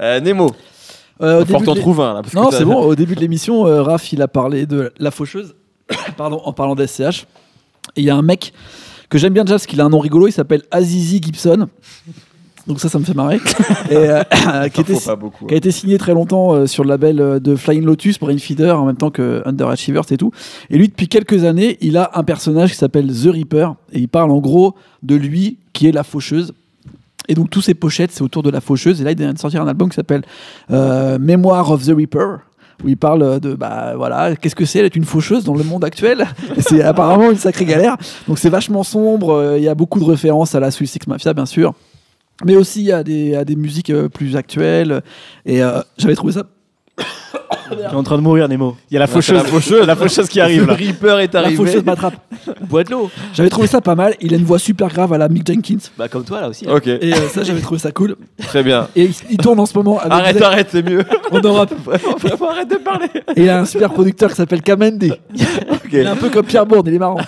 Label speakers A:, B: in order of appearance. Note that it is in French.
A: Euh, Nemo,
B: Euh, au
A: faut que
B: début
A: t'en
B: de l'é-
A: trouves un. Là, parce que
B: Non,
A: t'as-
B: c'est bon. Au début de l'émission, euh, Raph, il a parlé de la faucheuse pardon, en parlant d'SCH. Et il y a un mec que j'aime bien déjà parce qu'il a un nom rigolo. Il s'appelle Azizi Gibson. Donc ça, ça me fait marrer. Et, euh, qui,
A: T'en
B: était,
A: faut pas beaucoup.
B: qui a été signé très longtemps euh, sur le label euh, de Flying Lotus, Brain Feeder, en même temps que Underachievers et tout. Et lui, depuis quelques années, il a un personnage qui s'appelle The Reaper, et il parle en gros de lui, qui est la faucheuse. Et donc, tous ses pochettes, c'est autour de la faucheuse. Et là, il vient de sortir un album qui s'appelle euh, Memoir of the Reaper. Où il parle euh, de bah voilà qu'est-ce que c'est d'être une faucheuse dans le monde actuel Et c'est apparemment une sacrée galère donc c'est vachement sombre euh, il y a beaucoup de références à la Swiss Six Mafia bien sûr mais aussi à des à des musiques euh, plus actuelles et euh, j'avais trouvé ça
C: T'es en train de mourir, Nemo. Il y a la
A: Ouais, c'est
C: faucheuse.
A: la faucheuse.
C: La faucheuse qui arrive
A: Le
C: là.
A: Reaper est
B: la faucheuse
A: arrivé.
B: m'attrape
C: Bois de l'eau.
B: J'avais trouvé ça pas mal. Il a une voix super grave à la Mick Jenkins.
C: Bah, comme toi là aussi.
A: Ok,
B: Et euh, ça, j'avais trouvé ça cool.
A: très bien.
B: Et il, il tourne en ce moment avec
A: Arrête,
B: Zac
A: arrête, c'est mieux.
B: en Europe.
A: Faut arrête de parler.
B: Et il a un super producteur qui s'appelle Kamendi. Il est un peu comme Pierre Bourne, il est marrant.